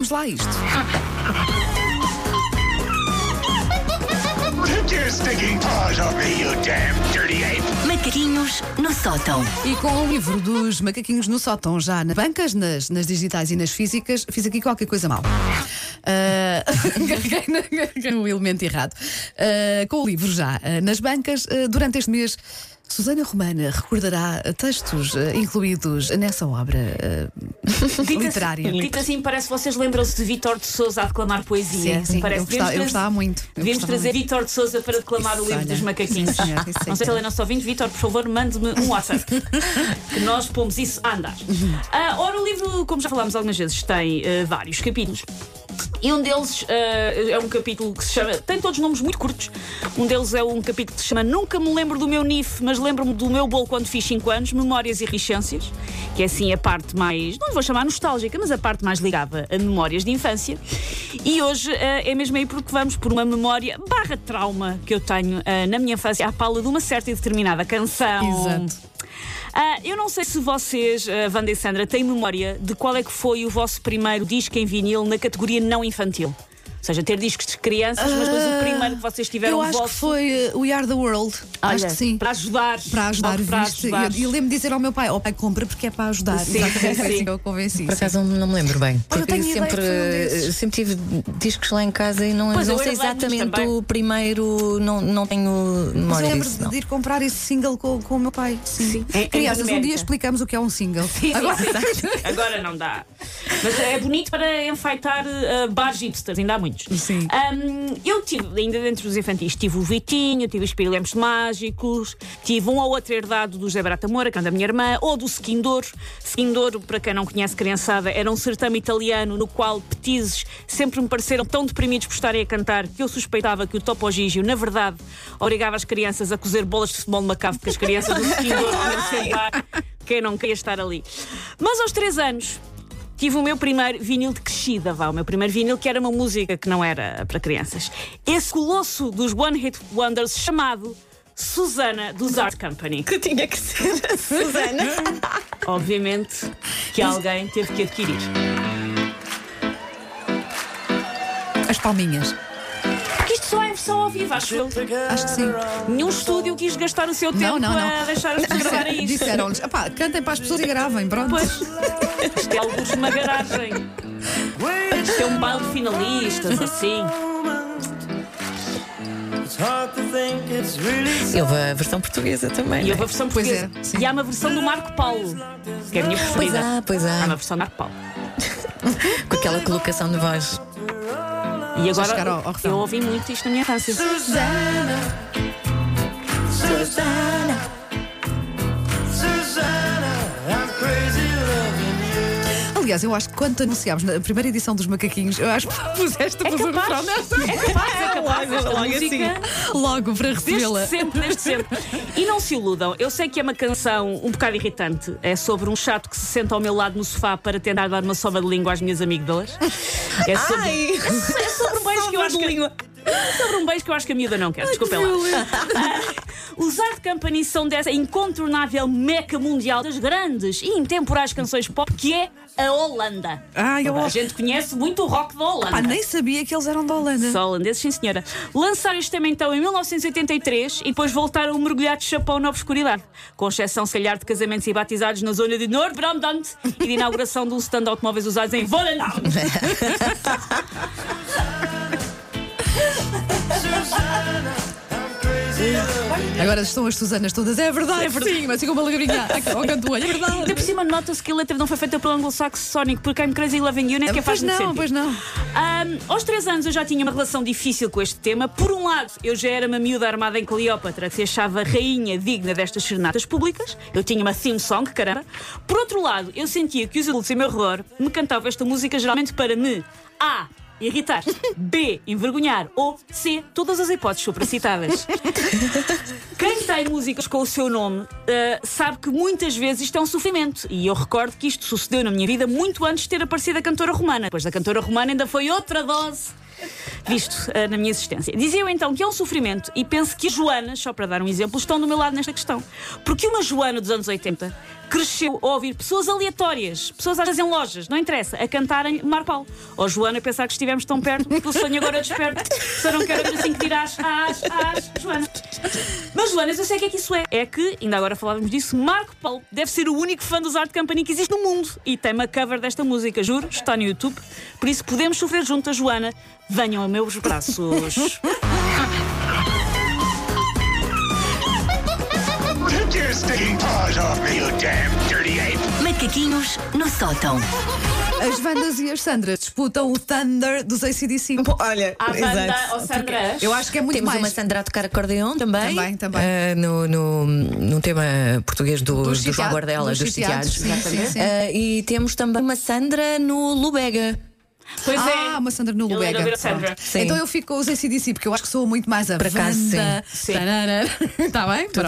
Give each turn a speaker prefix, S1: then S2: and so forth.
S1: Vamos lá a isto.
S2: Take your stinking paws off me, you damn dirty ape!
S3: Macaquinhos no sótão.
S1: E com o livro dos macaquinhos no sótão, já nas bancas, nas, nas digitais e nas físicas, fiz aqui qualquer coisa mal. Ah, Carreguei na- carreguei no elemento errado. Ah, com o livro já ah, nas bancas, ah, durante este mês, Susana Romana recordará ah, textos ah, incluídos nessa obra ah,
S4: Dito
S1: literária.
S4: Assim, dito assim, parece que vocês lembram-se de Vítor de Souza a declamar poesia.
S1: Sim, sim,
S4: parece
S1: eu gostava- eu
S4: devíamos
S1: gostava
S4: trazer-
S1: muito. Eu
S4: Devíamos
S1: gostava
S4: trazer Vítor de Souza para declamar
S1: Isso,
S4: o livro
S1: olha.
S4: dos macaquinhos.
S1: Sim, senhor, isso,
S4: não sei
S1: sim.
S4: se ele é nosso ouvinte. Vítor, por favor, mande-me um WhatsApp. que nós pomos isso a andar.
S1: Uhum.
S4: Ah, ora, o livro, como já falámos algumas vezes, tem ah, vários capítulos. E um deles ah, é um capítulo que se chama. tem todos nomes muito curtos. Um deles é um capítulo que se chama Nunca me lembro do meu NIF, mas lembro-me do meu bolo quando fiz 5 anos, Memórias e Richências, que é assim a parte mais. não vou chamar nostálgica, mas a parte mais ligada a memórias de infância. E hoje ah, é mesmo aí porque vamos por uma memória barra trauma que eu tenho ah, na minha infância à pala de uma certa e determinada canção.
S1: Exato.
S4: Ah, eu não sei se vocês, ah, Wanda e Sandra, têm memória de qual é que foi o vosso primeiro disco em vinil na categoria não infantil. Ou seja, ter discos de crianças, mas depois o primeiro que vocês tiveram
S1: Ah, Eu
S4: o
S1: acho que
S4: vosso.
S1: foi ah, We Are the World. acho
S4: Olha,
S1: que sim.
S4: Para ajudar.
S1: Para ajudar,
S4: algo para
S1: viste?
S4: ajudar.
S1: E eu, eu lembro de dizer ao meu pai: ó pai, compra porque é para ajudar.
S4: Sim,
S1: Exatamente,
S4: sim,
S1: foi assim
S4: sim.
S1: que eu o convenci.
S5: Por
S1: sim.
S5: acaso não me lembro bem.
S1: Olha, eu
S5: Porque
S1: tenho ideia que
S5: sempre, eh,
S1: foi um desses.
S5: sempre tive discos lá em casa e não,
S4: Pois,
S5: não
S4: eu
S5: sei
S4: era bem, mas
S5: exatamente
S4: também.
S5: o primeiro, não, não tenho
S1: Mas
S5: memória
S1: lembro
S5: disso. Não.
S1: de ir comprar esse single com, com o meu pai. Sim.
S4: Em- em
S1: Crianças, um dia
S4: América.
S1: explicamos o que é um single.
S4: É, Sim, sim, sim. Agora não dá. Mas é bonito para enfeitar uh, bares hipsters, ainda há muitos.
S1: Sim.
S4: Um, eu tive, ainda dentro dos infantis, tive o Vitinho, tive os Pirilemos Mágicos, tive um ou outro herdado do Zé Brata Moura, que é da minha irmã, ou do Sequindouro. Sequindouro, para quem não conhece criançada, era um certame italiano no qual petizes sempre me pareceram tão deprimidos por estarem a cantar que eu suspeitava que o Topo Gigio, na verdade, obrigava as crianças a cozer bolas de futebol numa cave porque as crianças do Sequindouro iam sentar quem não queria estar ali. Mas aos três anos, Tive o meu primeiro vinil de crescida, vá, o meu primeiro vinil, que era uma música que não era para crianças. Esse colosso dos One Hit Wonders chamado Susana dos Art Company.
S5: Que tinha que ser a Susana.
S4: Obviamente que alguém teve que adquirir.
S1: As palminhas.
S4: Porque isto só é em versão ao vivo, acho eu.
S1: Acho que sim.
S4: Nenhum estúdio quis gastar o seu tempo
S1: não, não.
S4: a deixar as pessoas gravarem isto.
S1: Disseram-lhes: "Epá, cantem para as pessoas e gravem, pronto.
S4: Pois. Isto é alguns numa garagem. Isto é um baile de finalistas, assim.
S5: E houve a versão portuguesa também.
S4: E
S5: não é?
S4: houve a versão
S1: Pois
S4: portuguesa.
S1: é, sim.
S4: e há uma versão do Marco Paulo, que é a minha
S5: Pois
S4: preferida.
S5: há, pois
S4: Há uma
S5: há.
S4: versão do Marco Paulo.
S5: Com aquela colocação de voz.
S4: E
S1: chegar ao- ao
S4: agora
S1: refrão.
S4: eu ouvi muito isto na minha infância.
S1: Aliás, eu acho que quando te anunciámos na primeira edição dos Macaquinhos, eu acho que puseste
S4: É
S1: pus o refrão
S4: capaz,
S1: nessa.
S4: é capaz, é capaz. Esta
S5: logo assim.
S4: música,
S1: assim. Logo para
S4: desde
S1: recebê-la.
S4: sempre, desde sempre. E não se iludam, eu sei que é uma canção um bocado irritante. É sobre um chato que se senta ao meu lado no sofá para tentar dar uma sova de língua às minhas amígdalas. É sobre,
S5: Ai!
S4: é sobre um beijo que eu acho que. é Sobre um beijo que eu acho que a miúda não quer, desculpem lá. Os Art Company são dessa incontornável meca mundial das grandes e intemporais canções pop que é a Holanda.
S1: Ai, eu
S4: A gente conhece muito o rock da Holanda.
S1: Pá, nem sabia que eles eram da Holanda.
S4: Só holandeses, sim senhora. Lançaram este tema então em 1983 e depois voltaram a mergulhar de chapéu na obscuridade. Com exceção, se calhar, de casamentos e batizados na zona de Noordbrandant e de inauguração de um stand de automóveis usados em Volendam.
S1: Agora estão as Susanas todas. É verdade, é verdade. Sim, mas ficou uma alegria aqui ao canto do olho. É
S4: Ainda por
S1: verdade.
S4: cima, nota-se que a letra não foi feita pelo anglo-saxónico, porque I'm Crazy Loving You nem que
S1: Ah, Pois
S4: faz muito
S1: não,
S4: sentido.
S1: pois não.
S4: Ahm, aos três anos eu já tinha uma relação difícil com este tema. Por um lado, eu já era uma miúda armada em Cleópatra que se achava rainha digna destas serenatas públicas. Eu tinha uma theme song, caramba. Por outro lado, eu sentia que os adultos em meu redor me cantavam esta música geralmente para me A. Irritar, B. Envergonhar ou C. Todas as hipóteses supracitadas. Quem tem músicas com o seu nome ah, sabe que muitas vezes isto é um sofrimento. E eu recordo que isto sucedeu na minha vida muito antes de ter aparecido a cantora romana. Depois da cantora romana ainda foi outra dose visto ah, na minha existência. Dizia eu então que é um sofrimento e penso que as Joanas, só para dar um exemplo, estão do meu lado nesta questão. Porque uma Joana dos anos 80 cresceu a ouvir pessoas aleatórias, pessoas às vezes em lojas, não interessa, a cantarem Marco Paulo. Ou Joana, pensar que estivemos tão perto, porque o sonho agora desperto. Só não quero assim que dirás, as, as, Joana. Mas Joana, eu sei o que é que isso é. É que, ainda agora falávamos disso, Marco Paulo deve ser o único fã dos Art Company que existe no mundo. E tem uma cover desta música, juro, está no YouTube. Por isso podemos sofrer junto a Joana. Venham a meus braços.
S2: Take your stinking paws off me, you damn dirty ape!
S3: Macaquinhos no sótão.
S1: As Vandas e as Sandras disputam o Thunder dos ACDC.
S5: Olha,
S4: À banda ou Sandra.
S1: Eu acho que é muito
S5: Temos
S1: mais.
S5: uma Sandra a tocar acordeão também.
S1: Também, também.
S5: Ah, no, no, num tema português do,
S1: Dos
S5: do João
S1: sitiados,
S5: Guardela,
S1: dos
S5: dos,
S1: sitiados,
S5: sitiados.
S1: sim, sim, sim.
S5: Ah, e temos também uma Sandra no Lubega.
S4: Pois é.
S1: Ah, uma Sandra no
S4: Eu
S1: Lubega.
S4: lembro da Sandra.
S1: Pronto. Então eu fico com os ACDC, porque eu acho que sou muito mais a
S5: Por acaso,
S1: Wanda.
S5: sim.
S4: Sim.
S1: Está bem? Pronto.